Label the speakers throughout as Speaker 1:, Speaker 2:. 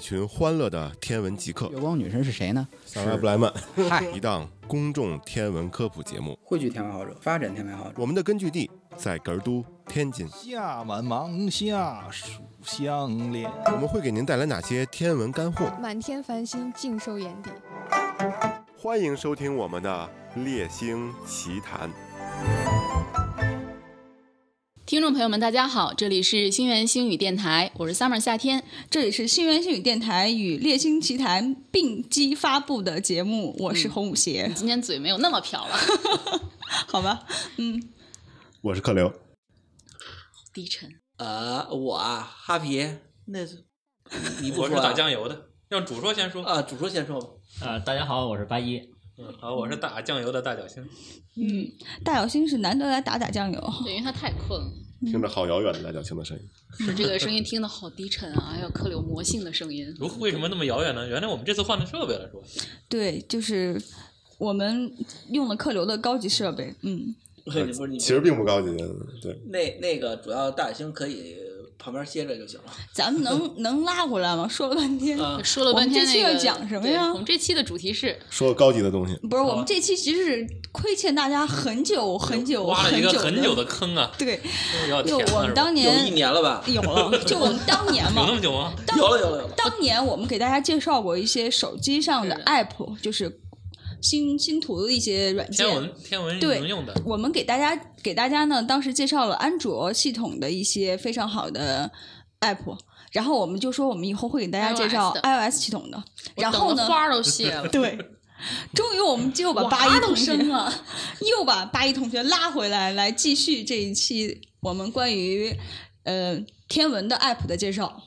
Speaker 1: 群欢乐的天文极客
Speaker 2: 月，光女神是谁呢？
Speaker 1: 萨拉布莱曼，
Speaker 2: 嗨，
Speaker 1: 一档公众天文科普节目。
Speaker 3: 汇聚天文爱好者，发展天文爱好者。
Speaker 1: 我们的根据地在格尔都天津，
Speaker 4: 夏满芒夏暑相连。
Speaker 1: 我们会给您带来哪些天文干货？
Speaker 5: 满天繁星尽收眼底。
Speaker 1: 欢迎收听我们的猎星奇谈。
Speaker 6: 听众朋友们，大家好，这里是星源星语电台，我是 summer 夏 天。
Speaker 7: 这里是星源星语电台与猎星奇谈并机发布的节目，
Speaker 8: 嗯
Speaker 7: 我是洪武邪，
Speaker 6: 今天嘴没有那么瓢 了，
Speaker 7: 好吧？
Speaker 1: 我是克流，
Speaker 6: 低沉。
Speaker 9: 呃，我啊，哈皮，那是你不
Speaker 8: 我是
Speaker 9: 说啊
Speaker 8: 打酱油的，让主说先说。
Speaker 9: 啊，主说先说吧。
Speaker 10: 呃，大家好，我是八一。
Speaker 8: 嗯，好，我是打酱油的大脚星。
Speaker 7: 嗯，大小星是难得来打打酱油，
Speaker 6: 对，因为他太困了，
Speaker 8: 嗯
Speaker 1: 听着好遥远的大脚青的声音。
Speaker 6: 是这个声音听得好低沉啊，还有客流魔性的声音。
Speaker 8: 如为什么那么遥远呢？原来我们这次换了设备了，是吧？
Speaker 7: 对，就是我们用了客流的高级设备，嗯，
Speaker 9: 不是你
Speaker 1: 呃其实并不高级，对，
Speaker 9: 那那个主要大星可以旁边歇着就行了。
Speaker 7: 咱们 能能拉回来吗？说了半天，
Speaker 8: 呃
Speaker 9: 啊，
Speaker 6: 说了半天、
Speaker 7: 我们这期
Speaker 6: 那
Speaker 7: 要
Speaker 6: 个，
Speaker 7: 讲什么
Speaker 6: 对
Speaker 7: 呀
Speaker 6: 我们这期的主题是
Speaker 1: 说个高级的东西。
Speaker 7: 不是我们这期其实是亏欠大家很久很久
Speaker 8: 挖了一个
Speaker 7: 久
Speaker 8: 很久
Speaker 7: 的，
Speaker 8: 的坑啊，
Speaker 7: 对，
Speaker 8: 又要
Speaker 7: 就
Speaker 8: 填了，
Speaker 7: 我们
Speaker 8: 是吧
Speaker 7: 当
Speaker 9: 有一
Speaker 7: 年
Speaker 9: 年了吧？
Speaker 7: 有了，就我们当年
Speaker 8: 有那
Speaker 7: 嘛，
Speaker 8: 么久吗？
Speaker 9: 有了，有了，有了。
Speaker 7: 当年我们给大家介绍过一些手机上的
Speaker 6: 是的
Speaker 7: app，就是星星图的一些软件
Speaker 8: 天。文天文
Speaker 7: 对
Speaker 8: 能用的，
Speaker 7: 我们给大家给大家呢，当时介绍了安卓系统的一些非常好的 app，然后我们就说我们以后会给大家介绍
Speaker 6: iOS
Speaker 7: iOS 系统的。
Speaker 6: 我
Speaker 7: 然
Speaker 6: 等
Speaker 7: 后
Speaker 6: 得
Speaker 7: 呢，。
Speaker 6: 花儿都谢了
Speaker 7: 对，终于我们又把
Speaker 6: 哇
Speaker 7: 八一
Speaker 6: 都
Speaker 7: 同学
Speaker 6: 生了，
Speaker 7: 又把八一同学拉回来，来继续这一期我们关于呃天文的 app 的介绍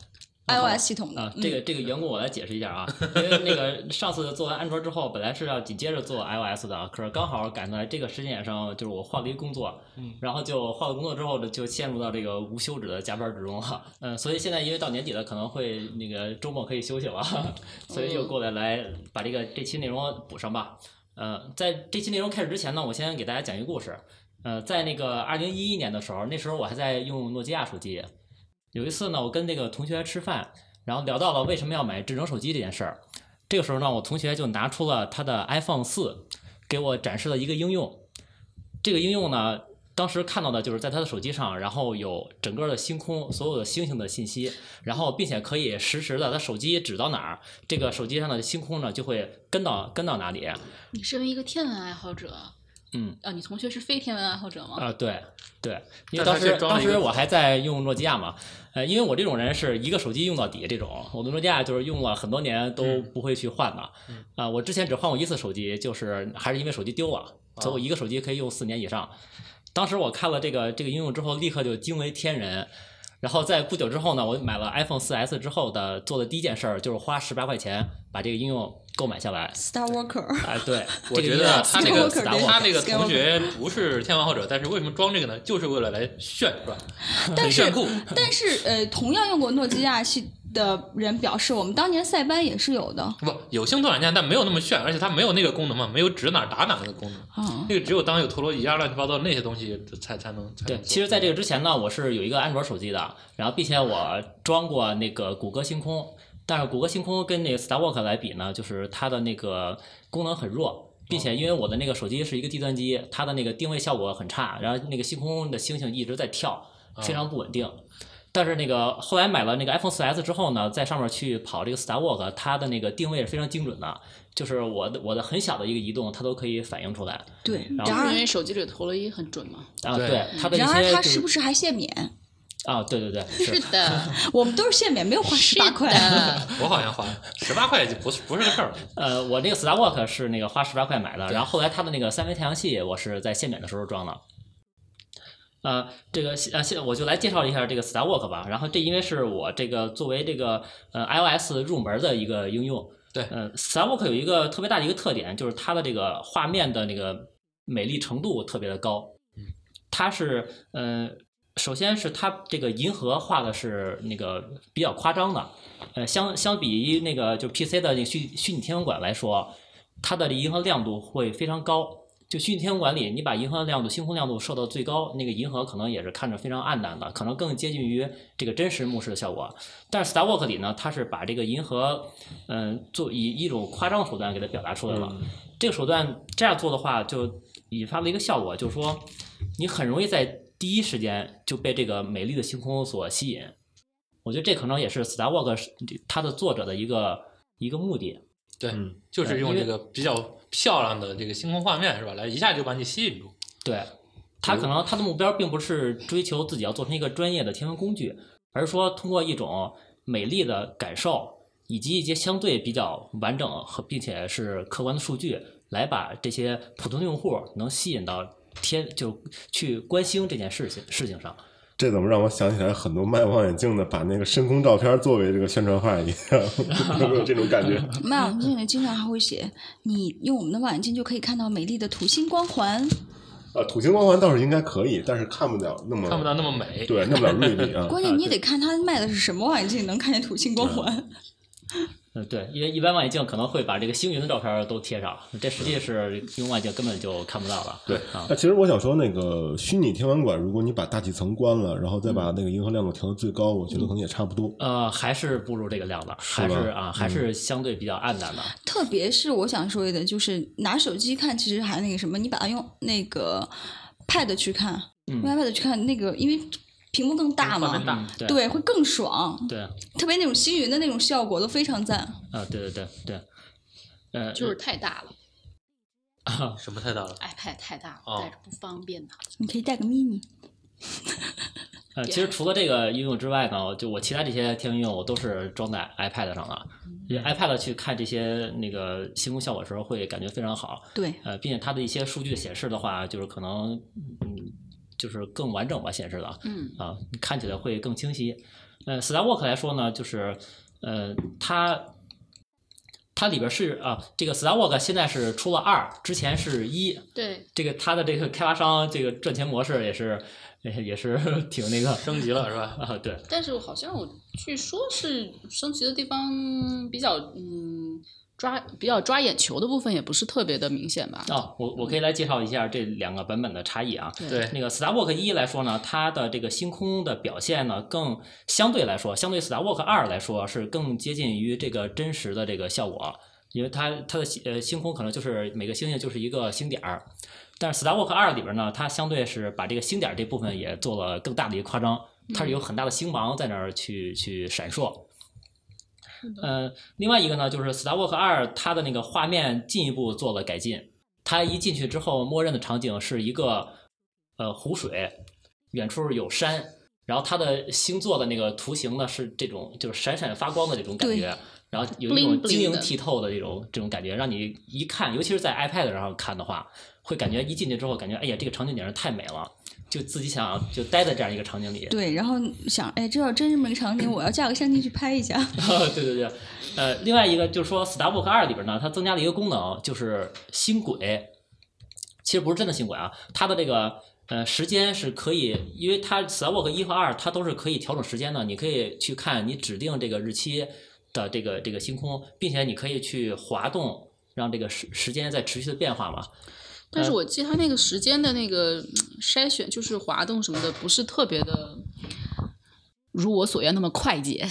Speaker 7: ，iOS 系统的。
Speaker 10: 啊、
Speaker 7: 嗯
Speaker 10: 这个这个缘故我来解释一下啊，因为那个 上次做完安卓之后，本来是要紧接着做 iOS 的，啊可是刚好赶在这个时间点上，就是我换了一个工作，
Speaker 8: 嗯
Speaker 10: 然后就换了工作之后呢，就陷入到这个无休止的加班之中了。嗯，所以现在因为到年底了，可能会那个周末可以休息了，啊所以又过来来把这个这期内容补上吧。呃，在这期内容开始之前呢，我先给大家讲一个故事。呃，在那个二零一一年的时候，那时候我还在用诺基亚手机。有一次呢，我跟那个同学吃饭，然后聊到了为什么要买智能手机这件事儿。这个时候呢，我同学就拿出了他的 iPhone 四，给我展示了一个应用。这个应用呢，当时看到的就是在他的手机上，然后有整个的星空所有的星星的信息，然后并且可以实时的，他手机指到哪儿，这个手机上的星空呢就会跟到跟到哪里。啊
Speaker 6: 你身为一个天文爱好者，
Speaker 10: 嗯，
Speaker 6: 啊，你同学是非天文爱好者吗？
Speaker 10: 啊、对对，因为
Speaker 8: 但它
Speaker 10: 当
Speaker 8: 是
Speaker 10: 时
Speaker 8: 装了
Speaker 10: 当
Speaker 8: 一个
Speaker 10: 时我还在用诺基亚嘛，呃，因为我这种人是一个手机用到底这种，我的诺基亚就是用了很多年都
Speaker 8: 嗯
Speaker 10: 不会去换的，啊、
Speaker 8: 嗯
Speaker 10: 我之前只换过一次手机，就是还是因为手机丢了，
Speaker 8: 啊
Speaker 10: 所以我一个手机可以用四年以上。当时我看了这个这个应用之后，立刻就惊为天人。然后在不久之后呢，我买了 iPhone 4S 之后的做的第一件事儿就是花十八块钱把这个应用购买下来。
Speaker 7: Star Walker，
Speaker 10: 哎，对，
Speaker 8: 我
Speaker 10: 这个
Speaker 8: 觉
Speaker 10: 应用
Speaker 8: 得他那个
Speaker 7: Skywalker
Speaker 8: 他那个
Speaker 7: Skywalker
Speaker 8: 同学不是天文爱好者，但是为什么装这个呢？就是为了来炫，是吧？
Speaker 7: 但是
Speaker 8: 炫酷，
Speaker 7: 但是呃，同样用过诺基亚系的人表示，我们当年塞班也是有的。
Speaker 8: 不有星图软件，但没有那么炫，而且它没有那个功能嘛，没有指哪儿打哪儿那个功能。
Speaker 7: 啊，
Speaker 8: 那个只有当有陀螺仪啊、乱七八糟那些东西才才能才能做。
Speaker 10: 对，其实在这个之前呢，我是有一个安卓手机的，然后并且我装过那个谷歌星空，但是谷歌星空跟那个 StarWalk 来比呢，就是它的那个功能很弱。并且因为我的那个手机是一个计算机，它的那个定位效果很差，然后那个星空的星星一直在跳，
Speaker 8: 啊
Speaker 10: 非常不稳定。但是那个后来买了那个 iPhone 4S 之后呢，在上面去跑这个 StarWalk，它的那个定位是非常精准的，就是我的我的很小的一个移动，它都可以反映出来。
Speaker 7: 对。
Speaker 10: 然
Speaker 6: 就
Speaker 7: 然
Speaker 10: 后
Speaker 6: 是因
Speaker 7: 而
Speaker 6: 为手机里的陀螺仪很准嘛。
Speaker 10: 啊，
Speaker 8: 对
Speaker 10: 对，它的一
Speaker 7: 嗯然而
Speaker 10: 些
Speaker 7: 它
Speaker 10: 就是
Speaker 7: 不是还限免？
Speaker 10: 啊？对对对，是
Speaker 6: 是的，
Speaker 7: 我们都是限免，没有花十
Speaker 6: 是
Speaker 7: 八 块。嗯
Speaker 6: 的。
Speaker 8: 我好像花十八块就不是不是个事儿。
Speaker 10: 呃，我那个 Starwalk 是那个花十八块买的，然后后来它的那个三维太阳系我是在限免的时候装的。呃，这个呃，现我就来介绍一下这个 Starwalk 吧。然后这因为是我这个作为这个呃 iOS 入门的一个应用。
Speaker 8: 对
Speaker 10: 呃，Starwalk 有一个特别大的一个特点，就是它的这个画面的那个美丽程度特别的高。它是呃，首先是它这个银河画的是那个比较夸张的，呃，相相比于那个就 PC 的那个虚虚拟天文馆来说，它的银河亮度会非常高。就虚拟天文管理，你把银河亮度、星空亮度设到最高，那个银河可能也是看着非常暗淡的，可能更接近于这个真实目视的效果。但是 Star Walk 里呢，它是把这个银河，嗯、做以一种夸张手段给它表达出来了。
Speaker 8: 嗯
Speaker 10: 这个手段这样做的话，就引发了一个效果，就是说你很容易在第一时间就被这个美丽的星空所吸引。我觉得这可能也是 Star Walk 是它的作者的一个一个目的。
Speaker 8: 对
Speaker 10: 嗯，
Speaker 8: 就是用
Speaker 10: 因为
Speaker 8: 这个比较漂亮的这个星空画面是吧，来一下就把你吸引住。
Speaker 10: 对，他可能他的目标并不是追求自己要做成一个专业的天文工具，而是说通过一种美丽的感受，以及一些相对比较完整和并且是客观的数据，来把这些普通用户能吸引到天就去观星这件事情事情上。
Speaker 2: 这怎么让我想起来很多卖望远镜的把那个深空照片作为这个宣传画一样？ 有没有这种感觉？
Speaker 7: 卖望远镜里经常还会写，你用我们的望远镜就可以看到美丽的土星光环。
Speaker 2: 啊，土星光环倒是应该可以，但是看不了那么
Speaker 8: 看不到那么美。
Speaker 2: 对，那不了锐利啊。
Speaker 7: 关键你得看他卖的是什么望远镜，能看见土星光环。
Speaker 10: 嗯，对，因为一般望远镜可能会把这个星云的照片都贴上，这实际是用望远镜根本就看不到了。
Speaker 2: 对
Speaker 10: 啊
Speaker 2: 那，其实我想说，那个虚拟天文馆，如果你把大气层关了，然后再把那个银河亮度调到最高，我觉得可能也差不多。
Speaker 10: 呃，还是不如这个量的，
Speaker 2: 是
Speaker 10: 还
Speaker 2: 吧
Speaker 10: 是啊，还是相对比较暗淡的。
Speaker 7: 特别是我想说的，就是拿手机看，其实还那个什么，你把它用那个 Pad 去看，
Speaker 10: 嗯
Speaker 7: 用 iPad 去看那个，因为屏幕更大
Speaker 8: 画
Speaker 7: 嘛，
Speaker 8: 面大
Speaker 10: 嗯，对
Speaker 7: 对，会更爽。
Speaker 10: 对啊，
Speaker 7: 特别那种星云的那种效果都非常赞。
Speaker 10: 对对对对，呃，
Speaker 6: 就是太大了
Speaker 8: 什么太 大了？
Speaker 6: ，iPad 太大了，
Speaker 8: 哦
Speaker 6: 带着不方便呐。
Speaker 7: 你可以带个 mini，嗯
Speaker 10: 呃，其实除了这个应用之外呢，就我其他这些天文应用我都是装在 iPad 上了。因为 iPad 去看这些那个星空效果的时候，会感觉非常好。
Speaker 7: 对，
Speaker 10: 呃，并且它的一些数据显示的话，就是可能嗯，就是更完整吧显示的。
Speaker 6: 嗯，
Speaker 10: 啊，看起来会更清晰。呃，Star Walk 来说呢，就是呃，它它里边是啊，这个 Star Walk 现在是出了二，之前是一，
Speaker 6: 对，
Speaker 10: 这个它的这个开发商这个赚钱模式也是也也是 挺那个
Speaker 8: 升级了是吧？
Speaker 10: 啊，对，
Speaker 6: 但是好像我据说是升级的地方比较，嗯，抓比较抓眼球的部分也不是特别的明显吧？
Speaker 10: 啊，我我可以来介绍一下这两个版本的差异啊。
Speaker 8: 对，
Speaker 10: 那个 Star Walk 一来说呢，它的这个星空的表现呢，更相对来说，相对 Star Walk 二来说是更接近于这个真实的这个效果，啊因为它它的星呃星空可能就是每个星星就是一个星点儿，但是 Star Walk 二里边呢，它相对是把这个星点儿这部分也做了更大的一个夸张，它是有很大的星芒在那儿去去闪烁。呃，另外一个呢，就是 Star Walk 二它的那个画面进一步做了改进，它一进去之后，默认的场景是一个呃湖水，远处有山，然后它的星座的那个图形呢是这种就是闪闪发光的这种感觉
Speaker 7: 对，
Speaker 10: 然后有一种
Speaker 6: bling bling
Speaker 10: 晶莹
Speaker 6: 的
Speaker 10: 剔透的这种这种感觉，让你一看，尤其是在 iPad 上看的话，会感觉一进去之后感觉哎呀这个场景简直太美了，就自己想就待在这样一个场景里。
Speaker 7: 对，然后想，哎，这要真是这么个场景，我要架个相机去拍一下。
Speaker 10: 对对对，呃，另外一个就是说《Star Walk 二》里边呢，它增加了一个功能，就是星轨，其实不是真的星轨啊，它的这个呃时间是可以，因为它《Star Walk 一》和二它都是可以调整时间的，你可以去看你指定这个日期的这个这个星空，并且你可以去滑动，让这个时时间在持续的变化嘛。
Speaker 6: 但
Speaker 10: 嗯
Speaker 6: 是我记得它那个时间的那个嗯筛选，就是滑动什么的，不是特别的如我所愿那么快捷。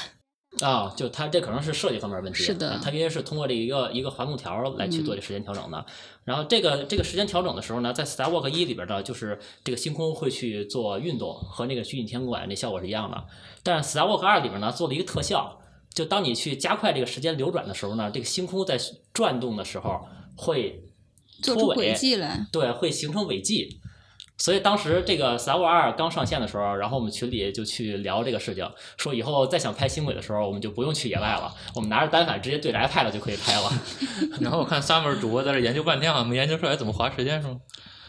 Speaker 10: 啊，就它这可能是设计方面的问题。
Speaker 6: 是的
Speaker 10: 啊它因为是通过这一个一个滑动条儿来
Speaker 7: 嗯
Speaker 10: 去做这时间调整的。然后这个这个时间调整的时候呢，在 Star Walk 一里边呢，就是这个星空会去做运动，和那个虚拟天文馆那效果是一样的。但是 Star Walk 二里边呢，做了一个特效，就当你去加快这个时间流转的时候呢，这个星空在转动的时候会
Speaker 7: 做
Speaker 10: 脱
Speaker 7: 出
Speaker 10: 尾
Speaker 7: 轨迹来。
Speaker 10: 对，会形成尾迹。所以当时这个《Star Wars 二》刚上线的时候，然后我们群里就去聊这个事情，说以后再想拍星轨的时候，我们就不用去野外了，我们拿着单反直接对着 iPad 就可以拍了。
Speaker 8: 然后我看 summer 主播在这研究半天，好啊像没研究出来怎么划时间是吗？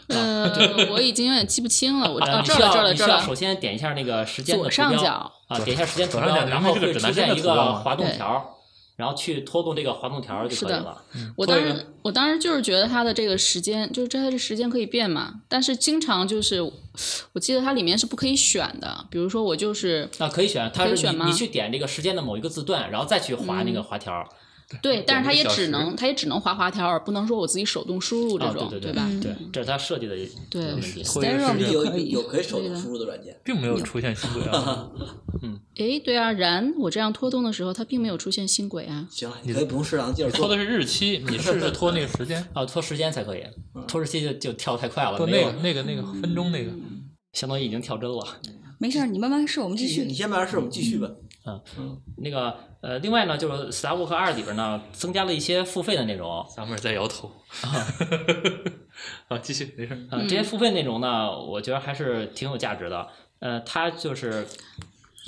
Speaker 6: 呃，我已经有点记不清 了，我
Speaker 10: 啊，
Speaker 6: 啊
Speaker 10: 嗯你
Speaker 6: 这儿
Speaker 10: 需
Speaker 6: 了这儿
Speaker 10: 要
Speaker 6: 了
Speaker 10: 你
Speaker 6: 这
Speaker 10: 需
Speaker 6: 儿
Speaker 10: 要
Speaker 6: 了
Speaker 10: 首，先点一下那个时间的
Speaker 6: 左
Speaker 10: 图
Speaker 6: 上
Speaker 10: 标
Speaker 6: 角
Speaker 10: 啊，点一下时间图
Speaker 8: 左上角
Speaker 10: 标，
Speaker 8: 你
Speaker 10: 然
Speaker 8: 看
Speaker 10: 后
Speaker 8: 这个
Speaker 10: 会
Speaker 8: 指
Speaker 10: 出
Speaker 8: 南针
Speaker 10: 现
Speaker 8: 的
Speaker 10: 一
Speaker 8: 图标
Speaker 10: 个
Speaker 8: 吗
Speaker 10: 滑动
Speaker 6: 对
Speaker 10: 条儿，然后去拖动这个滑动条儿就是可以
Speaker 6: 的
Speaker 10: 了。
Speaker 6: 我当
Speaker 8: 做一
Speaker 6: 时我当时就是觉得它的这个时间，就是这它的时间可以变嘛，但是经常就是，我记得它里面是不可以选的，比如说我就是
Speaker 10: 啊，可以选，它
Speaker 6: 可以
Speaker 10: 是
Speaker 6: 选
Speaker 10: 你
Speaker 6: 吗嗯
Speaker 10: 你去点这个时间的某一个字段，然后再去划那个划条儿，
Speaker 6: 对，但是它也
Speaker 8: 小时
Speaker 6: 只能它也只能划划条儿，不能说我自己手动输入这
Speaker 10: 啊，
Speaker 6: 种，
Speaker 10: 对对
Speaker 6: 吧？嗯
Speaker 8: 嗯
Speaker 10: 对，这是他设计的一
Speaker 6: 对
Speaker 10: 问题。，
Speaker 8: 或者
Speaker 9: 甚至
Speaker 8: 是
Speaker 9: 有
Speaker 7: 可以
Speaker 9: 有可以手动输入的软件。
Speaker 8: 嗯并没有出现新轨啊。
Speaker 6: 诶，对啊，然我这样拖动的时候，它并没有出现新轨啊。
Speaker 9: 行了，你可以不用适当接着
Speaker 8: 你拖
Speaker 9: 说
Speaker 8: 的。是日期，你试试拖那个时 间啊
Speaker 10: 啊，拖时间才可以，拖时期就就跳太快了，
Speaker 8: 不
Speaker 10: 没
Speaker 8: 嗯那
Speaker 10: 有
Speaker 8: 个那个那个分钟那个。
Speaker 10: 相当于已经跳针了。
Speaker 7: 没事儿，你慢慢试，我们继续
Speaker 9: 你。先办完事，我们继续吧。
Speaker 10: 那个呃，另外呢，就是《斯拉沃克二》里边呢，增加了一些付费的内容。
Speaker 8: 咱们在摇头。 啊，继续，没事。
Speaker 10: 呃，这些付费内容呢，我觉得还是挺有价值的。呃，它就是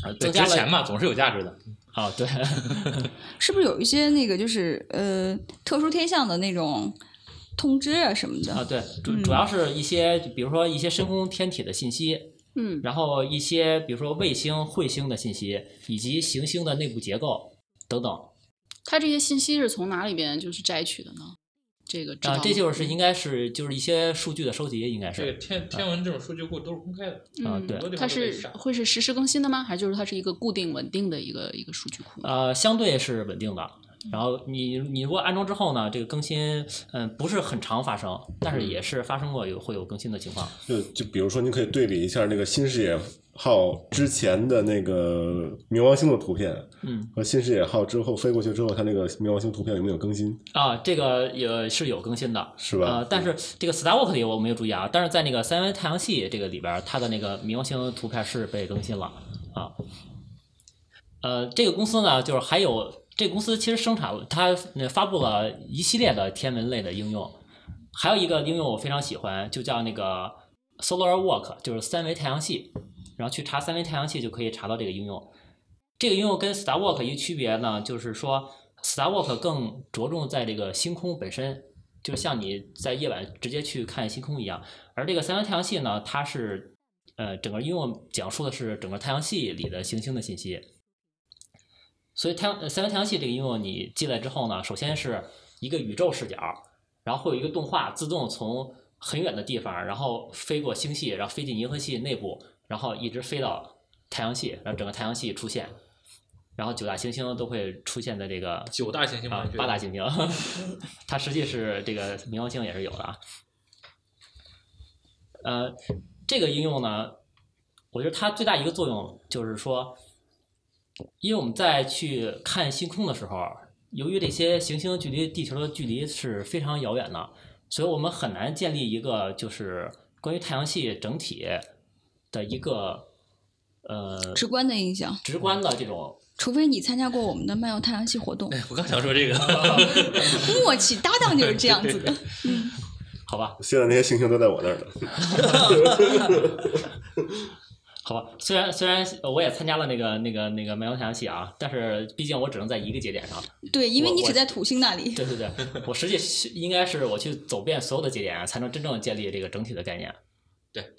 Speaker 10: 呃
Speaker 8: 对，
Speaker 10: 增加
Speaker 8: 值
Speaker 10: 了
Speaker 8: 钱嘛，总是有价值的。
Speaker 10: 啊、对，
Speaker 7: 是不是有一些那个就是呃特殊天象的那种通知啊什么的？
Speaker 10: 啊，对，主
Speaker 8: 嗯
Speaker 10: 主要是一些，比如说一些深空天体的信息，
Speaker 6: 嗯，
Speaker 10: 然后一些比如说卫星、彗星的信息，以及行星的内部结构等等。
Speaker 6: 它这些信息是从哪里边就是摘取的呢？这个知道
Speaker 10: 啊、
Speaker 6: 吗
Speaker 10: 这
Speaker 8: 嗯
Speaker 10: 就是应该是就是一些数据的收集，应该
Speaker 8: 这个
Speaker 10: 是
Speaker 8: 天天文这种数据库都是公开的，
Speaker 10: 啊
Speaker 6: 嗯
Speaker 10: 对
Speaker 8: 很多地
Speaker 6: 它
Speaker 8: 方都可以
Speaker 6: 是
Speaker 8: 上
Speaker 6: 会是实时更新的吗？还是就是它是一个固定稳定的一个一个数据库？
Speaker 10: 呃相对是稳定的。然后你你如果安装之后呢，这个更新嗯不是很常发生，但是也是发生过有会有更新的情况。
Speaker 2: 就就比如说，你可以对比一下那个新视野号之前的那个冥王星的图片，
Speaker 10: 嗯
Speaker 2: 和新视野号之后飞过去之后，它那个冥王星图片有没有更新，
Speaker 10: 啊，这个也是有更新的，
Speaker 2: 是吧？
Speaker 10: 呃，但是这个 Star Walk 里我没有注意啊，但是在那个三维太阳系这个里边儿，它的那个冥王星图片是被更新了啊。呃，这个公司呢，就是还有这个公司其实生产了它呃发布了一系列的天文类的应用，还有一个应用我非常喜欢，就叫那个 Solar Walk，就是三维太阳系，然后去查三维太阳系就可以查到这个应用。这个应用跟 Star Walk 一个区别呢，就是说 Star Walk 更着重在这个星空本身，就像你在夜晚直接去看星空一样。而这个三维太阳系呢，它是呃整个应用讲述的是整个太阳系里的行星的信息。所以太阳呃三维太阳系这个应用你进来之后呢，首先是一个宇宙视角，然后会有一个动画自动从很远的地方，然后飞过星系，然后飞进银河系内部，然后一直飞到太阳系，然后整个太阳系出现，然后九大行星都会出现在这个
Speaker 8: 九大行星
Speaker 10: 啊
Speaker 8: 嘛，
Speaker 10: 八大行星，它实际是这个冥王星也是有的啊。呃，这个应用呢，我觉得它最大一个作用就是说，因为我们在去看星空的时候，由于这些行星距离地球的距离是非常遥远的，所以我们很难建立一个就是关于太阳系整体的一个呃
Speaker 7: 直观的印象，
Speaker 10: 直观的这种
Speaker 7: 除非你参加过我们的漫游太阳系活动，
Speaker 8: 哎，我刚想说这个，
Speaker 7: 默契搭档就是这样子的。
Speaker 10: 好吧，
Speaker 2: 现在那些行星都在我那儿呢。
Speaker 10: 好吧，虽然虽然呃我也参加了那个那个那个漫游太阳系啊，但是毕竟我只能在一个节点上。
Speaker 7: 对，因为
Speaker 10: 我
Speaker 7: 你
Speaker 10: 我
Speaker 7: 只在土星那里。
Speaker 10: 对对对，我实际是应该是我去走遍所有的节点，才能真正建立这个整体的概念。
Speaker 8: 对，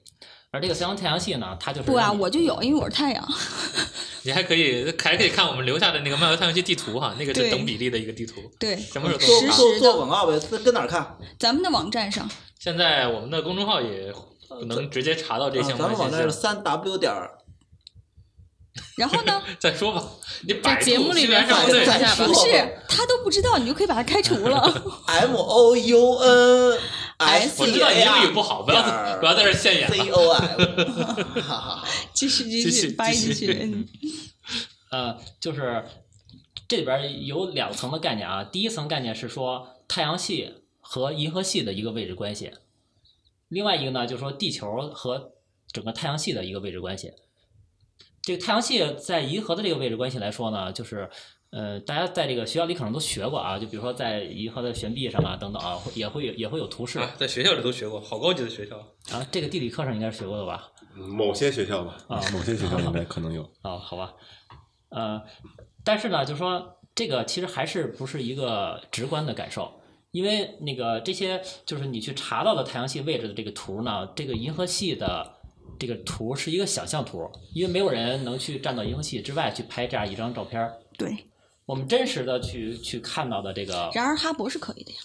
Speaker 10: 而这个三阳太阳系呢，它就是
Speaker 7: 不啊，
Speaker 10: 让你
Speaker 7: 我就有，因为我是太阳。
Speaker 8: 你还可以还可以看我们留下的那个漫游太阳系地图哈，那个是
Speaker 7: 对
Speaker 8: 等比例的一个地图，
Speaker 7: 对，
Speaker 8: 什么时候都
Speaker 7: 实
Speaker 8: 有
Speaker 7: 时
Speaker 8: 看。
Speaker 9: 做做广告呗，在跟哪儿看？
Speaker 7: 咱们的网站上，
Speaker 8: 现在我们的公众号也能直接查到这
Speaker 9: 啊咱
Speaker 8: 相关
Speaker 9: 们
Speaker 8: 信
Speaker 9: 网
Speaker 8: 息
Speaker 9: 站是
Speaker 8: 了。
Speaker 9: 三 w 点儿
Speaker 7: 然后呢，
Speaker 8: 再说吧，你百
Speaker 6: 在节目里边
Speaker 8: 上
Speaker 6: 反
Speaker 8: 对
Speaker 6: 映一
Speaker 9: 再
Speaker 6: 下吧
Speaker 9: 说。
Speaker 7: 不是他都不知道，你就可以把他开除 了。哎
Speaker 9: m o u n s
Speaker 8: 哎我知道你英语不好，不要不要在这儿现眼
Speaker 9: c
Speaker 8: 了。
Speaker 9: o m，哈哈哈。
Speaker 7: 继续继
Speaker 8: 继续
Speaker 7: 续，掰进
Speaker 8: 继续
Speaker 7: 去。嗯
Speaker 10: 呃，就是这里边有两层的概念啊。第一层概念是说太阳系和银河系的一个位置关系，另外一个呢就是说地球和整个太阳系的一个位置关系。这个太阳系在银河的这个位置关系来说呢，就是呃，大家在这个学校里可能都学过啊，就比如说在银河的悬臂上啊等等啊，也会有也会有图示
Speaker 8: 啊，在学校里都学过，好高级的学校。
Speaker 10: 啊。这个地理课上应该是学过的吧？
Speaker 2: 某些学校吧，
Speaker 10: 啊
Speaker 2: 某些学校应该可能有。
Speaker 10: 啊，好吧，呃，但是呢，就说这个其实还是不是一个直观的感受，因为那个这些就是你去查到的太阳系位置的这个图呢，这个银河系的这个图是一个想象图，因为没有人能去站到银河系之外去拍这样一张照片儿。
Speaker 7: 对，
Speaker 10: 我们真实的去去看到的这个，
Speaker 7: 然而哈勃是可以的呀。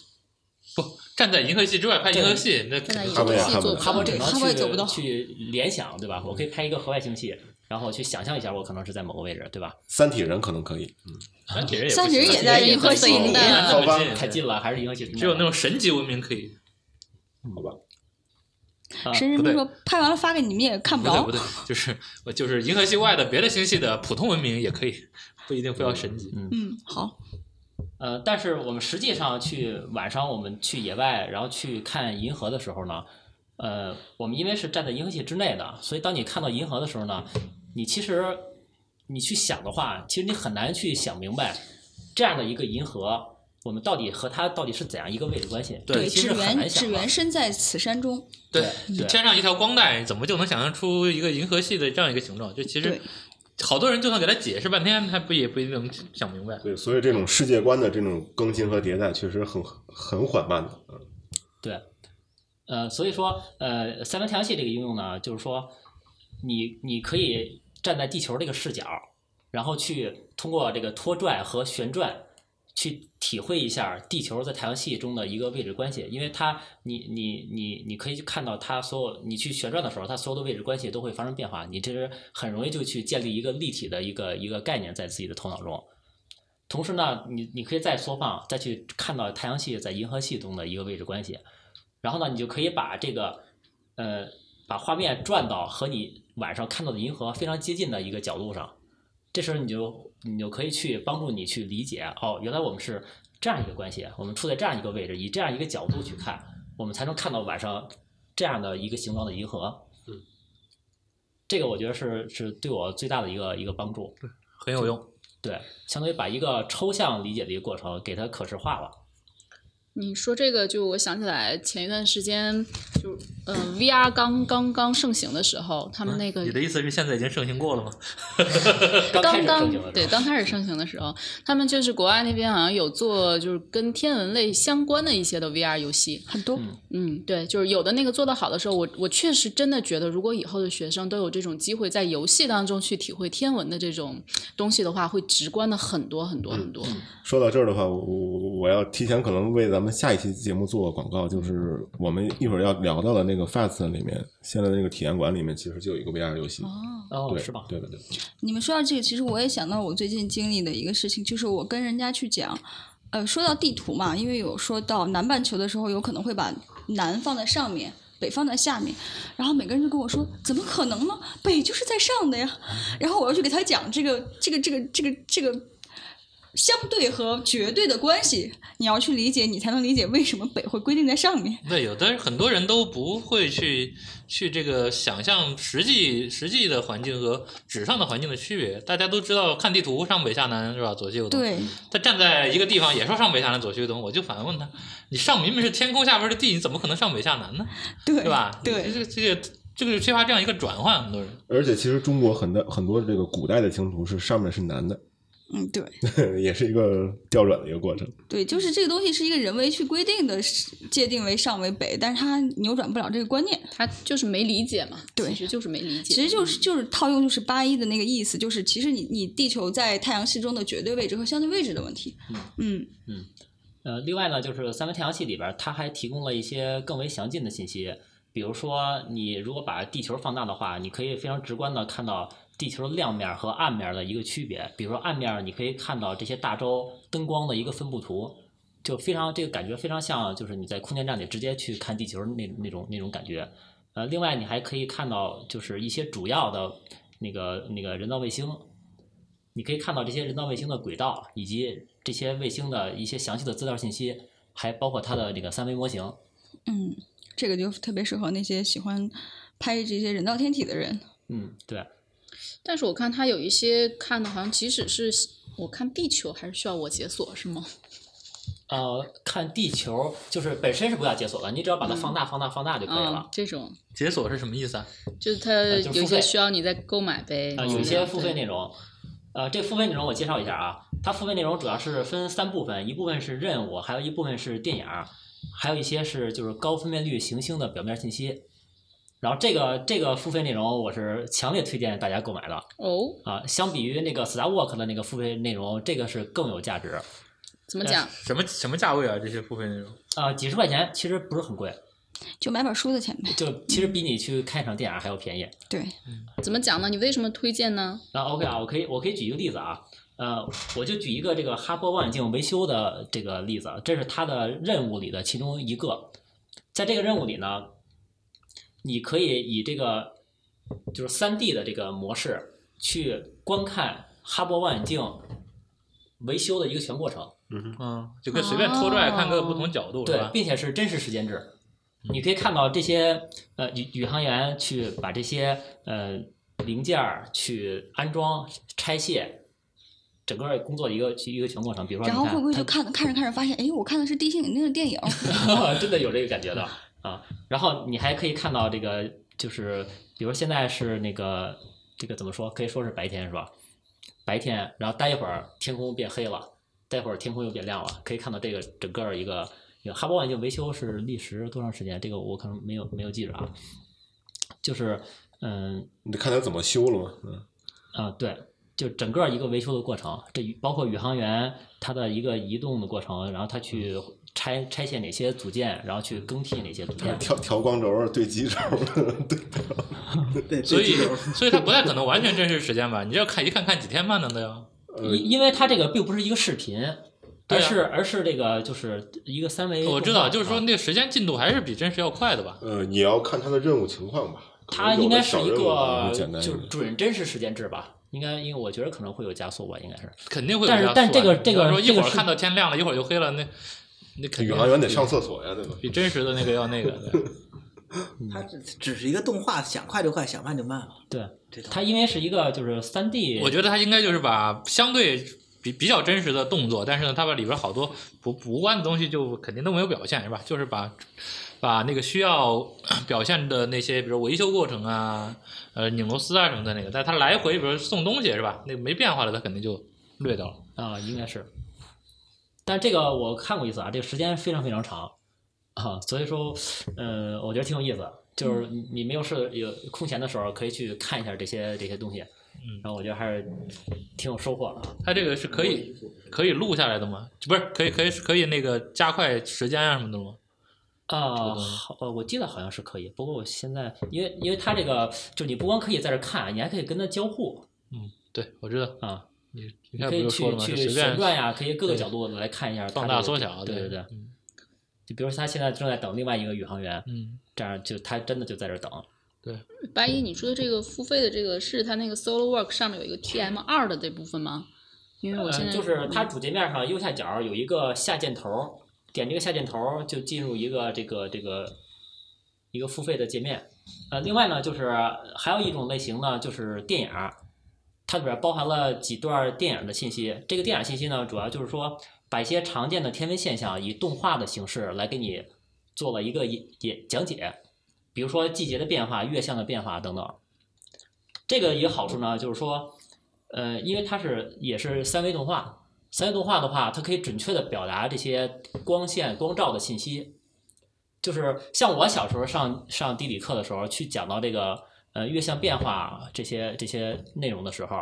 Speaker 8: 站在银河系之外拍银河系，那
Speaker 6: 站在
Speaker 8: 肯
Speaker 6: 银
Speaker 8: 定
Speaker 2: 哈勃
Speaker 6: 河
Speaker 2: 也
Speaker 6: 系
Speaker 2: 哈勃
Speaker 6: 做
Speaker 2: 也
Speaker 6: 不
Speaker 10: 哈
Speaker 6: 到
Speaker 10: 勃只
Speaker 7: 对
Speaker 10: 能
Speaker 7: 哈勃也做不到
Speaker 10: 去去联想，对吧？我可以拍一个河外星系，然后去想象一下我可能是在某个位置，对吧？
Speaker 2: 三体人可能可以，
Speaker 8: 三体人也不
Speaker 7: 三体人
Speaker 8: 行
Speaker 7: 也在银河
Speaker 6: 三
Speaker 7: 系
Speaker 6: 体人
Speaker 7: 里
Speaker 6: 也，在
Speaker 8: 好吧
Speaker 10: 太近了，还是银河系存在
Speaker 8: 只有那种神级文明可以。
Speaker 2: 好吧？
Speaker 10: 啊
Speaker 7: 神
Speaker 8: 不
Speaker 7: 人
Speaker 8: 对
Speaker 7: 说拍完了发给你们也看不
Speaker 8: 不对
Speaker 7: 着
Speaker 8: 不，对，就是我就是银河系外的别的星系的普通文明也可以，不一定非要神级。
Speaker 7: 嗯，好，
Speaker 10: 呃，但是我们实际上去晚上我们去野外，然后去看银河的时候呢，呃，我们因为是站在银河系之内的，所以当你看到银河的时候呢，你其实你去想的话，其实你很难去想明白这样的一个银河，我们到底和它到底是怎样一个位置关系？
Speaker 8: 对
Speaker 7: 只
Speaker 10: 其实很
Speaker 7: 缘
Speaker 8: 啊
Speaker 10: 难想
Speaker 7: 只
Speaker 10: 的。
Speaker 7: 缘身在此山中，
Speaker 8: 嗯对
Speaker 10: 对，
Speaker 8: 你
Speaker 10: 对
Speaker 8: 天上一条光带，怎么就能想象出一个银河系的这样一个形状？就其实
Speaker 7: 对
Speaker 8: 好多人就算给他解释半天，他不也不一定能想明白。
Speaker 2: 对，所以这种世界观的这种更新和迭代确实很很缓慢的。嗯
Speaker 10: 对，呃，所以说，呃，三维太阳系这个应用呢，就是说你，你可以站在地球这个视角，然后去通过这个拖拽和旋转，去体会一下地球在太阳系中的一个位置关系，因为它，你你你你可以去看到它所有，你去旋转的时候，它所有的位置关系都会发生变化，你这是很容易就去建立一个立体的一个一个概念在自己的头脑中。同时呢，你你可以再缩放，再去看到太阳系在银河系中的一个位置关系，然后呢，你就可以把这个呃把画面转到和你晚上看到的银河非常接近的一个角度上，这时候你就你就可以去帮助你去理解哦，原来我们是这样一个关系，我们处在这样一个位置，以这样一个角度去看，我们才能看到晚上这样的一个形状的银河。
Speaker 8: 嗯，
Speaker 10: 这个我觉得是是对我最大的一个一个帮助。
Speaker 8: 很有用。
Speaker 10: 对，相当于把一个抽象理解的一个过程给它可视化了。
Speaker 6: 你说这个，就我想起来前一段时间，就嗯、呃、，VR 刚刚刚盛行的时候，
Speaker 10: 啊
Speaker 6: 他们那个
Speaker 8: 嗯你的意思是现在已经盛行过了吗？
Speaker 10: 刚
Speaker 6: 刚
Speaker 10: 开
Speaker 6: 刚
Speaker 10: 始正经的
Speaker 6: 对
Speaker 10: 时候
Speaker 6: 刚开始盛行的时候，他们就是国外那边好像有做就是跟天文类相关的一些的 VR 游戏。
Speaker 7: 很多
Speaker 10: 嗯
Speaker 6: 嗯，对，就是有的那个做得好的时候，我我确实真的觉得，如果以后的学生都有这种机会在游戏当中去体会天文的这种东西的话，会直观的很多很多
Speaker 8: 嗯
Speaker 6: 很多。
Speaker 2: 说到这儿的话，我我我要提前可能为咱们下一期节目做个广告，就是我们一会儿要聊到的那个 Fast 里面，现在那个体验馆里面其实就有一个 VR 游戏，
Speaker 10: 哦，
Speaker 2: 对，
Speaker 10: 是吧？
Speaker 2: 对对对，
Speaker 7: 你们说到这个，其实我也想到我最近经历的一个事情，就是我跟人家去讲，呃，说到地图嘛，因为有说到南半球的时候，有可能会把南放在上面，北放在下面，然后每个人就跟我说，怎么可能呢？北就是在上的呀。然后我要去给他讲这个这个这个这个这个相对和绝对的关系，你要去理解，你才能理解为什么北会规定在上面。
Speaker 8: 对，有的很多人都不会去去这个想象实际实际的环境和纸上的环境的区别。大家都知道看地图上北下南是吧？左西右东。
Speaker 7: 对，
Speaker 8: 他站在一个地方也说上北下南左西右东，我就反问他：你上明明是天空下边的地，你怎么可能上北下南呢？
Speaker 7: 对，
Speaker 8: 对吧？
Speaker 7: 对，
Speaker 8: 这个这个这个缺乏这样一个转换，很多人。
Speaker 2: 而且其实中国很多很多这个古代的星图是上面是男的，
Speaker 7: 嗯，对。
Speaker 2: 也是一个调转的一个过程。
Speaker 7: 对，就是这个东西是一个人为去规定的，是界定为上为北，但是它扭转不了这个观念。
Speaker 6: 他就是没理解嘛，
Speaker 7: 对
Speaker 6: 其实就是没理解，嗯
Speaker 7: 其实就是就是套用就是八一的那个意思，就是其实你你地球在太阳系中的绝对位置和相对位置的问题。嗯，
Speaker 10: 呃，另外呢，就是三维太阳系里边儿，它还提供了一些更为详尽的信息，比如说你如果把地球放大的话，你可以非常直观的看到地球的亮面儿和暗面儿的一个区别。比如说暗面儿，你可以看到这些大洲灯光的一个分布图，就非常这个感觉非常像，就是你在空间站里直接去看地球那那种那种感觉。呃，另外你还可以看到就是一些主要的那个那个人造卫星，你可以看到这些人造卫星的轨道，以及这些卫星的一些详细的资料信息，还包括它的这个三维模型。
Speaker 7: 嗯，这个就特别适合那些喜欢拍这些人造天体的人。
Speaker 10: 嗯，对，
Speaker 6: 但是我看他有一些看的，好像即使是我看地球，还是需要我解锁是吗？
Speaker 10: 呃，看地球就是本身是不要解锁的，你只要把它放大、放大、放大就可以
Speaker 6: 啊、
Speaker 10: 了。
Speaker 6: 这种
Speaker 8: 解锁是什么意思啊？
Speaker 6: 就是它
Speaker 10: 呃就是
Speaker 6: 有
Speaker 10: 付
Speaker 6: 些
Speaker 10: 费
Speaker 6: 需要你再购买呗，嗯
Speaker 10: 啊，有一些付费
Speaker 6: 那
Speaker 10: 内容，呃，这付费内容我介绍一下啊，它付费内容主要是分三部分，一部分是任务，还有一部分是电影儿，还有一些是就是高分辨率行星的表面信息。然后这个这个付费内容，我是强烈推荐大家购买的。
Speaker 6: 哦，
Speaker 10: 啊，相比于那个 Star Walk 的那个付费内容，这个是更有价值。
Speaker 6: 怎么讲？
Speaker 8: 什么什么价位啊？这些付费内容？
Speaker 10: 呃啊，几十块钱其实不是很贵，
Speaker 7: 就买本书的钱呗。
Speaker 10: 就其实比你去看一场电影还要便宜。
Speaker 7: 对，
Speaker 6: 怎么讲呢？你为什么推荐呢？
Speaker 10: 那 OK 啊，我可以我可以举一个例子啊，呃，我就举一个这个哈勃望远镜维修的这个例子啊，这是它的任务里的其中一个。在这个任务里呢，你可以以这个就是三 D 的这个模式去观看哈勃望远镜维修的一个全过程，
Speaker 8: 嗯，就可以随便拖出来看个不同角度，是
Speaker 10: 对
Speaker 8: 吧，？嗯
Speaker 10: 并且是真实时间制。你可以看到这些呃宇宇航员去把这些呃零件儿去安装、拆卸，整个工作一个一个全过程。比如说你
Speaker 7: 然
Speaker 10: 看，
Speaker 7: 后会不会就看看着看着发现，哎，我看的是地心引力的电影，
Speaker 10: 他 真的有这个感觉的啊？然后你还可以看到这个，就是比如现在是那个这个怎么说？可以说是白天是吧？白天，然后待一会儿天空变黑了，待会儿天空又变亮了，可以看到这个整个一个一个哈勃望远镜维修是历时多长时间？这个我可能没有没有记着啊，就是嗯
Speaker 2: 你看他怎么修了嘛。嗯，
Speaker 10: 啊，对，就整个一个维修的过程，这宇包括宇航员他的一个移动的过程，然后他去
Speaker 8: 嗯
Speaker 10: 拆拆卸哪些组件，然后去更替哪些组件。
Speaker 2: 调调光轴对极轴， 对，
Speaker 9: 对，
Speaker 8: 所以
Speaker 9: 这种，
Speaker 8: 所以它不太可能完全真实时间吧？你这要看一看看几天慢的呀？
Speaker 2: 呃，
Speaker 10: 因因为它这个并不是一个视频，
Speaker 8: 对
Speaker 10: 而
Speaker 8: 啊
Speaker 10: 是而是这个就是一个三维动画。
Speaker 8: 我知道，就是说
Speaker 10: 啊
Speaker 8: 那个时间进度还是比真实要快的吧？
Speaker 2: 呃，也要看他的任务情况吧。可
Speaker 10: 它
Speaker 2: 能有
Speaker 10: 应
Speaker 2: 的
Speaker 10: 该是
Speaker 2: 小
Speaker 10: 一
Speaker 2: 任务
Speaker 8: 啊
Speaker 2: 可能
Speaker 10: 个
Speaker 2: 会简单一
Speaker 10: 就是
Speaker 2: 点
Speaker 10: 准真实时间制吧。应该，因为我觉得可能会有加速吧，应该是。
Speaker 8: 肯定会有
Speaker 10: 但是
Speaker 8: 加速啊。
Speaker 10: 但是这个
Speaker 8: 你
Speaker 10: 这个
Speaker 8: 要说一
Speaker 10: 这
Speaker 8: 会
Speaker 10: 个
Speaker 8: 儿
Speaker 10: 是
Speaker 8: 看到天亮了，一会儿就黑了，那那肯
Speaker 2: 宇
Speaker 8: 定
Speaker 2: 航员得上厕所呀，对吧？
Speaker 8: 比真实的那个要那个。对
Speaker 7: 嗯
Speaker 9: 它只只是一个动画，想快就快，想慢啊就慢嘛。
Speaker 10: 对，
Speaker 9: 这种
Speaker 10: 它因为是一个就是三 D，
Speaker 8: 我觉得他应该就是把相对比比较真实的动作，但是呢，他把里边好多不不无关的东西就肯定都没有表现，是吧？就是把把那个需要 表现的那些，比如维修过程啊，呃，拧螺丝啊什么的那个，但他来回比如送东西是吧？那个没变化的，他肯定就略掉了。
Speaker 10: 啊，应该是。但这个我看过一次啊，这个时间非常非常长啊，所以说，呃，我觉得挺有意思。就是
Speaker 8: 嗯
Speaker 10: 你你没有事有空闲的时候，可以去看一下这些这些东西，
Speaker 8: 嗯
Speaker 10: 然后我觉得还是挺有收获的啊。
Speaker 8: 他这个是可以可以录下来的吗？不是，可以可以可以那个加快时间啊什么的吗？
Speaker 10: 啊、
Speaker 8: 个东西
Speaker 10: 好，呃，我记得好像是可以，不过我现在因为因为它这个，就你不光可以在这看，你还可以跟它交互
Speaker 8: 嗯，对，我知道。
Speaker 10: 啊，
Speaker 8: 你你
Speaker 10: 你
Speaker 8: 看
Speaker 10: 可
Speaker 8: 不
Speaker 10: 以
Speaker 8: 就
Speaker 10: 去
Speaker 8: 说了吗？
Speaker 10: 去
Speaker 8: 就随
Speaker 10: 旋
Speaker 8: 便
Speaker 10: 转呀，可以各个
Speaker 8: 对
Speaker 10: 角度来看一下它这
Speaker 8: 放大
Speaker 10: 个
Speaker 8: 缩小，
Speaker 10: 对
Speaker 8: 对
Speaker 10: 对。
Speaker 8: 嗯
Speaker 10: 就比如说他现在正在等另外一个宇航员，
Speaker 8: 嗯，
Speaker 10: 这样就他真的就在这儿等。
Speaker 6: 八一，你说的这个付费的这个是它那个 Solo Work 上面有一个 TM 二的这部分吗？因为我现在、
Speaker 10: 嗯，就是它主界面上右下角有一个下箭头，点这个下箭头就进入一个这个这个一个付费的界面。呃，另外呢，就是还有一种类型呢，就是电影儿，它里边儿包含了几段电影的信息。这个电影信息呢，主要就是说把一些常见的天文现象以动画的形式来给你做了一个也也讲解，比如说季节的变化、月相的变化等等。这个一个好处呢，就是说，呃，因为它是也是三维动画，三维动画的话，它可以准确的表达这些光线、光照的信息。就是像我小时候上上地理课的时候，去讲到这个呃月相变化这些这些内容的时候，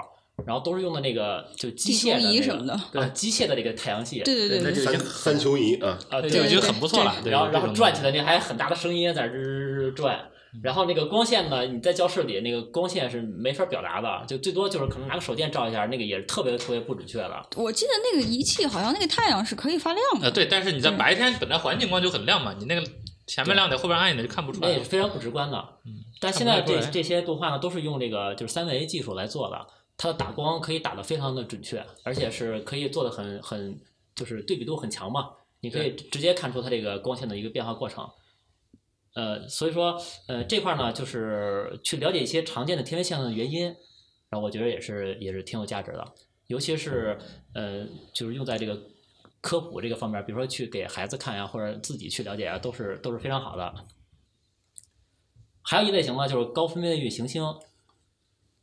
Speaker 10: 然后都是用的那个就机械的、那
Speaker 7: 地
Speaker 10: 个、
Speaker 7: 球仪什么的
Speaker 10: 啊，机械的这个太阳系，
Speaker 7: 对对对
Speaker 9: 那
Speaker 7: 对
Speaker 9: 就已
Speaker 2: 三
Speaker 9: 经
Speaker 2: 三球仪啊，
Speaker 10: 啊，
Speaker 8: 这
Speaker 10: 对
Speaker 8: 就已
Speaker 10: 对
Speaker 8: 经很不错了。对
Speaker 10: 然后
Speaker 8: 这
Speaker 10: 然后
Speaker 8: 种嗯
Speaker 10: 转起来，那还很大的声音在那儿转。然后那个光线呢，你在教室里那个光线是没法表达的，就最多就是可能拿个手电照一下，那个也是特别特别不准确的。
Speaker 7: 我记得那个仪器好像那个太阳是可以发亮
Speaker 8: 呃，
Speaker 7: 的，
Speaker 8: 对，但是你在白天本来环境光就很亮嘛，你那个前面亮点，后边暗一点就看不出
Speaker 10: 那
Speaker 8: 来
Speaker 10: 也是。非常不直观的。但现在
Speaker 8: 看不太
Speaker 10: 这
Speaker 8: 出来
Speaker 10: 这些动画呢，都是用这个就是三维技术来做的，它的打光可以打得非常的准确，而且是可以做的很很就是对比度很强嘛，你可以直接看出它这个光线的一个变化过程。呃，所以说呃这块儿呢，就是去了解一些常见的天文现象的原因，然后我觉得也是也是挺有价值的，尤其是呃就是用在这个。科普这个方面，比如说去给孩子看呀、或者自己去了解啊，都是都是非常好的。还有一类型呢，就是高分辨率行星，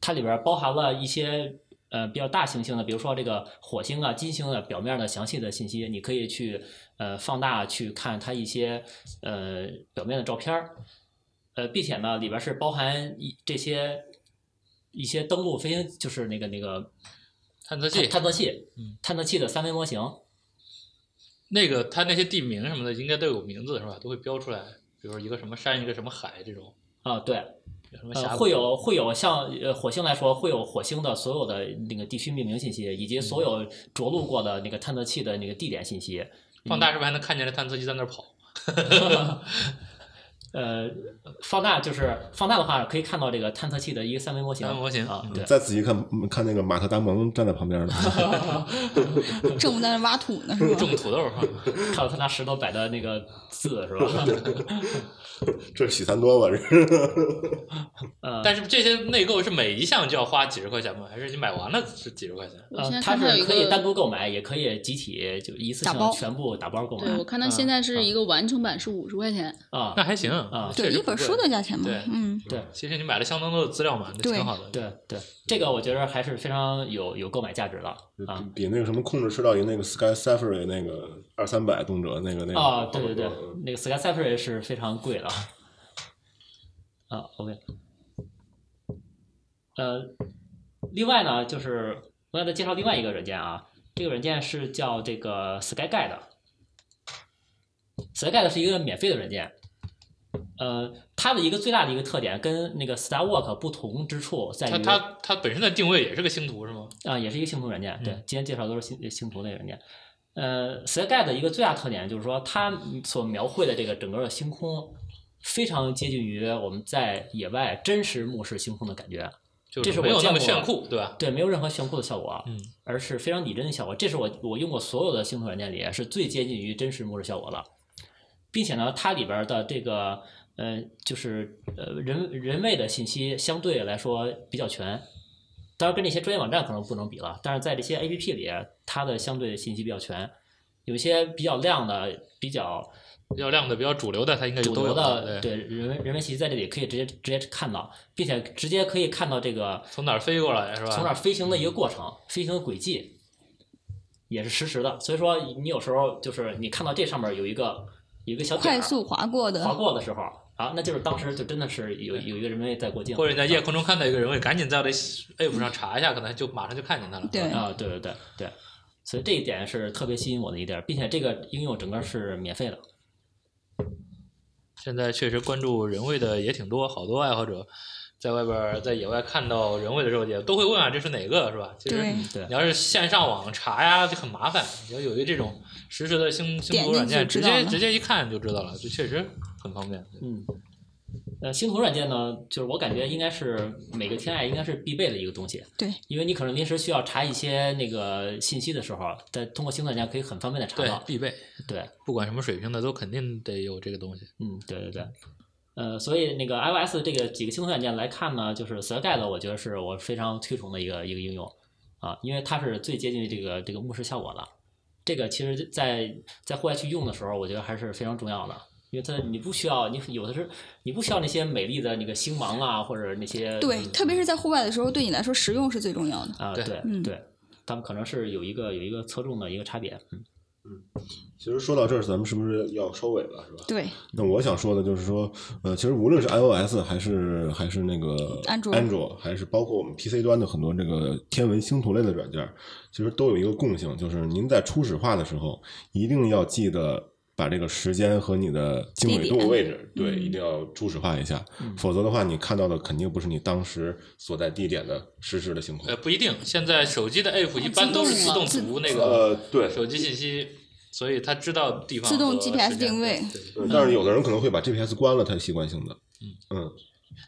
Speaker 10: 它里边儿包含了一些呃比较大行星的，比如说这个火星啊、金星的表面的详细的信息，你可以去呃放大去看它一些呃表面的照片儿，呃，并且呢里边儿是包含一这些一些登陆飞行，就是那个那个
Speaker 8: 探测器
Speaker 10: 探探测器
Speaker 8: 嗯，
Speaker 10: 探测器的三维模型。
Speaker 8: 那个它那些地名什么的应该都有名字是吧？都会标出来。比如说一个什么山，一个什么海这种，
Speaker 10: 啊，对，
Speaker 8: 有什么峡
Speaker 10: 呃，
Speaker 8: 谷
Speaker 10: 会有会有像呃火星来说，会有火星的所有的那个地区命名信息，以及
Speaker 8: 嗯
Speaker 10: 所有着陆过的那个探测器的那个地点信息。
Speaker 8: 放大是不是还能看见那探测器在那儿 跑？
Speaker 10: 呃，放大就是放大的话，可以看到这个探测器的一个三维模型。
Speaker 8: 三维模型
Speaker 10: 啊
Speaker 8: 嗯，
Speaker 10: 对，
Speaker 2: 再仔细看看那个马特·达蒙站在旁 边呢，
Speaker 7: 正午在那挖土呢，是吧？
Speaker 8: 种土豆儿，
Speaker 10: 看到他拿石头摆的那个字是吧？
Speaker 2: 这是喜三多吧？这是
Speaker 10: 呃，
Speaker 8: 但是这些内购是每一项就要花几十块钱吗？还是你买完了是几十块钱？
Speaker 6: 我现在
Speaker 10: 呃，它
Speaker 6: 看到有
Speaker 10: 是
Speaker 6: 一
Speaker 10: 可以
Speaker 6: 个
Speaker 10: 单独购买，也可以集体就一次
Speaker 7: 打包
Speaker 10: 性全部打包购买。
Speaker 6: 对我看它现在是
Speaker 10: 嗯
Speaker 6: 一个完整版是五十块钱，
Speaker 10: 啊
Speaker 8: 那还行嗯
Speaker 10: 啊
Speaker 8: 确
Speaker 7: 对，
Speaker 8: 实
Speaker 7: 一本
Speaker 8: 不贵
Speaker 7: 书的价钱嘛
Speaker 8: 对，
Speaker 7: 嗯，
Speaker 10: 对
Speaker 8: 其实你买了相当多的资料嘛，那
Speaker 7: 对
Speaker 8: 挺好的。
Speaker 10: 对对，这个我觉得还是非常有有购买价值的啊
Speaker 2: 比比那个什么控制赤道营那个 Sky Safari 那个二三百动辄那个那呃嗯个
Speaker 10: 啊，对对对，那个 Sky Safari 是非常贵的啊。OK，呃，另外呢，就是我给大家介绍另外一个软件啊，这个软件是叫这个 Sky Guide。Sky Guide 是一个免费的软件，呃，它的一个最大的一个特点跟那个 Star Walk 不同之处在于
Speaker 8: 它它它本身的定位也是个星图是吗？
Speaker 10: 啊，也是一个星图软件。对
Speaker 8: 嗯，
Speaker 10: 今天介绍都是星星图类软件。呃，Sky 的一个最大特点就是说，它所描绘的这个整个的星空，非常接近于我们在野外真实目视星空的感觉。
Speaker 8: 就
Speaker 10: 这是
Speaker 8: 没
Speaker 10: 我
Speaker 8: 有那
Speaker 10: 见
Speaker 8: 么
Speaker 10: 过
Speaker 8: 炫酷，对吧？
Speaker 10: 对，没有任何炫酷的效果，啊
Speaker 8: 嗯，
Speaker 10: 而是非常拟真的效果。这是我我用过所有的星图软件里啊是最接近于真实目视效果的，并且呢，它里边儿的这个呃，就是呃人人为的信息相对来说比较全。当然，跟那些专业网站可能不能比了，但是在这些 A P P 里，啊它的相对信息比较全，有一些比较亮的、比较
Speaker 8: 比较亮的、比较主流的，它应该就
Speaker 10: 主
Speaker 8: 都有
Speaker 10: 流的，
Speaker 8: 对。
Speaker 10: 对人为人为信息在这里可以直接直接看到，并且直接可以看到这个
Speaker 8: 从哪儿飞过来是吧？
Speaker 10: 从那儿飞行的一个过程，飞行的轨迹也是实时的。所以说，你有时候就是你看到这上面有一个有一个小点儿
Speaker 7: 快速划过的
Speaker 10: 啊划，过的时候啊，那就是当时就真的是有有一个人为在过境，
Speaker 8: 或者你在夜空中看到一个人，我也赶紧在我的 app 上查一下，可能就马上就看见他了。
Speaker 7: 对
Speaker 10: 啊，对对对对，所以这一点是特别吸引我的一点，并且这个应用整个是免费的。
Speaker 8: 现在确实关注人为的也挺多，好多爱好者在外边儿在野外看到人为的时候，也都会问啊，这是哪个是吧？其实
Speaker 7: 对
Speaker 10: 对
Speaker 8: 你要是线上网查呀，就很麻烦。你要有一个这种实时的星星图软件，
Speaker 7: 点进去就
Speaker 8: 直
Speaker 7: 知道
Speaker 8: 接
Speaker 7: 了
Speaker 8: 直接一看就知道了，就确实很方便。
Speaker 10: 嗯，呃，星图软件呢，就是我感觉应该是每个天爱应该是必备的一个东西。
Speaker 7: 对，
Speaker 10: 因为你可能临时需要查一些那个信息的时候，啊在通过星图软件可以很方便的查
Speaker 8: 对
Speaker 10: 到，。
Speaker 8: 必备，
Speaker 10: 对，
Speaker 8: 不管什么水平的都肯定得有这个东西。
Speaker 10: 嗯，对对对。呃，所以那个 iOS 这个几个星图软件来看呢，就是 Skyguide，我觉得是我非常推崇的一个一个应用啊，因为它是最接近于这个这个目视效果的。这个其实在，在户外去用的时候，我觉得还是非常重要的，因为它你不需要你有的是你不需要那些美丽的那个星芒啊，或者那些
Speaker 7: 对，特别是在户外的时候，对你来说实用是最重要的。
Speaker 10: 啊，
Speaker 8: 对
Speaker 10: 对
Speaker 7: 嗯
Speaker 10: 对，他们可能是有一个有一个侧重的一个差别，嗯
Speaker 2: 其实说到这儿，咱们是不是要收尾了，是吧？
Speaker 7: 对，
Speaker 2: 那我想说的就是说，呃，其实无论是 iOS 还是还是那个
Speaker 7: 安卓
Speaker 2: 安卓还是包括我们 PC 端的很多这个天文星图类的软件儿，其实都有一个共性，就是您在初始化的时候，一定要记得把这个时间和你的经纬
Speaker 7: 地
Speaker 2: 度
Speaker 7: 点
Speaker 2: 位置，对，
Speaker 7: 嗯
Speaker 2: 一定要初始化一下，
Speaker 10: 嗯
Speaker 2: 否则的话，你看到的肯定不是你当时所在地点的实时的星图
Speaker 8: 呃，。不一定，现在手机的
Speaker 7: 哦
Speaker 8: app 一般都是自动读那个
Speaker 2: 呃，对，
Speaker 8: 手机信息，所以它知道地方
Speaker 7: 自动
Speaker 8: 和
Speaker 7: GPS
Speaker 8: 时间
Speaker 7: 定位
Speaker 8: 对对
Speaker 2: 嗯但是有的人可能会把 GPS 关了，他习惯性的，嗯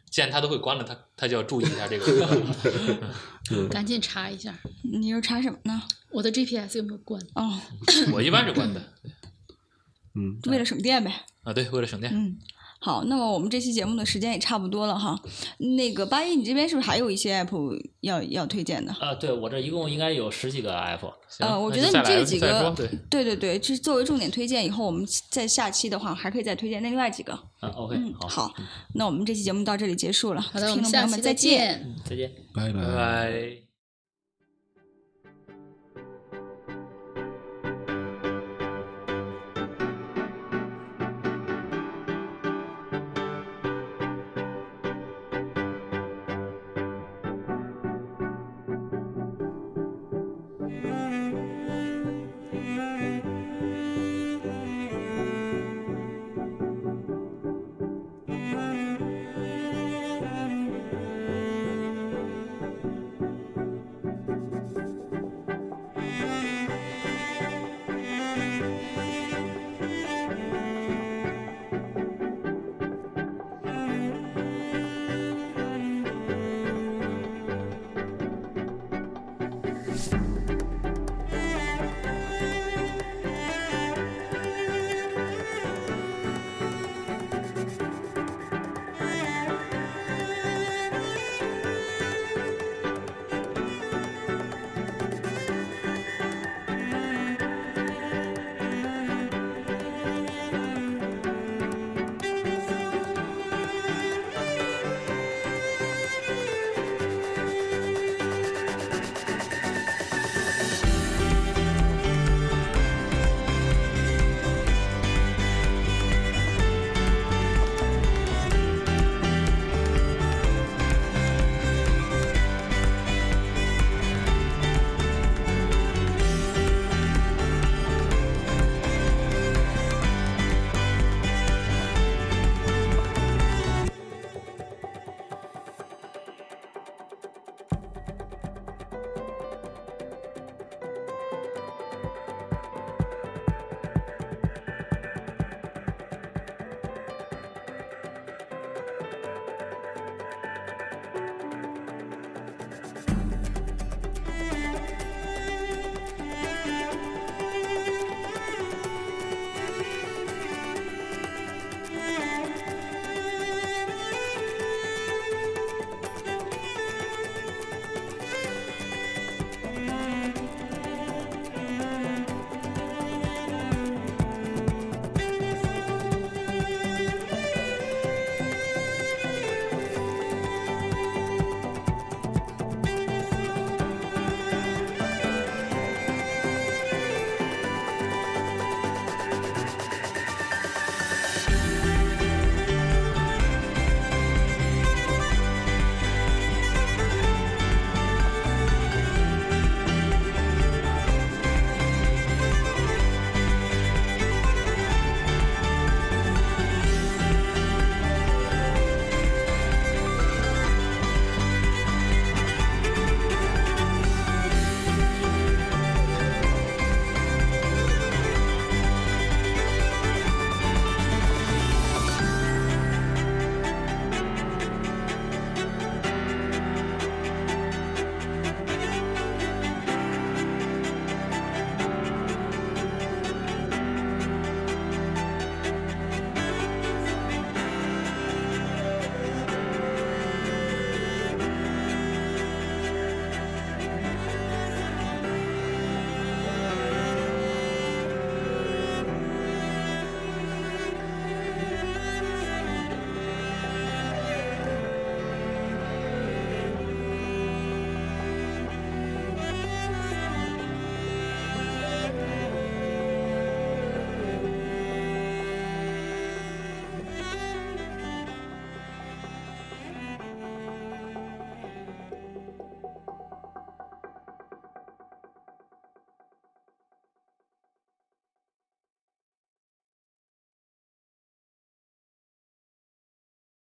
Speaker 8: 既然它都会关了，它它就要注意一下这个。
Speaker 10: 嗯
Speaker 6: 赶紧查一下
Speaker 7: 你又查什么呢？
Speaker 6: 我的 GPS 有没有关。
Speaker 7: 哦，
Speaker 8: 我一般是关的
Speaker 2: 嗯，
Speaker 7: 为了省电呗。
Speaker 8: 啊，对，为了省电。
Speaker 7: 嗯，好，那么我们这期节目的时间也差不多了哈。那个八一，你这边是不是还有一些 app 要要推荐的？
Speaker 10: 啊，对我这一共应该有十几个 app，
Speaker 8: 行
Speaker 7: 呃我
Speaker 8: 那
Speaker 7: 觉得
Speaker 8: 就再
Speaker 7: 你这
Speaker 8: 来
Speaker 7: 几
Speaker 8: 再
Speaker 7: 个
Speaker 8: 说对，
Speaker 7: 对对对，这作为重点推荐，以后我们在下期的话还可以再推荐另外几个。
Speaker 10: 啊，OK，
Speaker 7: 嗯，
Speaker 10: 好，
Speaker 7: 好，那我们这期节目到这里结束了。
Speaker 6: 好的，我
Speaker 7: 听
Speaker 6: 们
Speaker 7: 众朋
Speaker 6: 下
Speaker 7: 友
Speaker 6: 期
Speaker 7: 再
Speaker 6: 再见。
Speaker 10: 嗯再见。
Speaker 2: 拜
Speaker 8: 拜拜。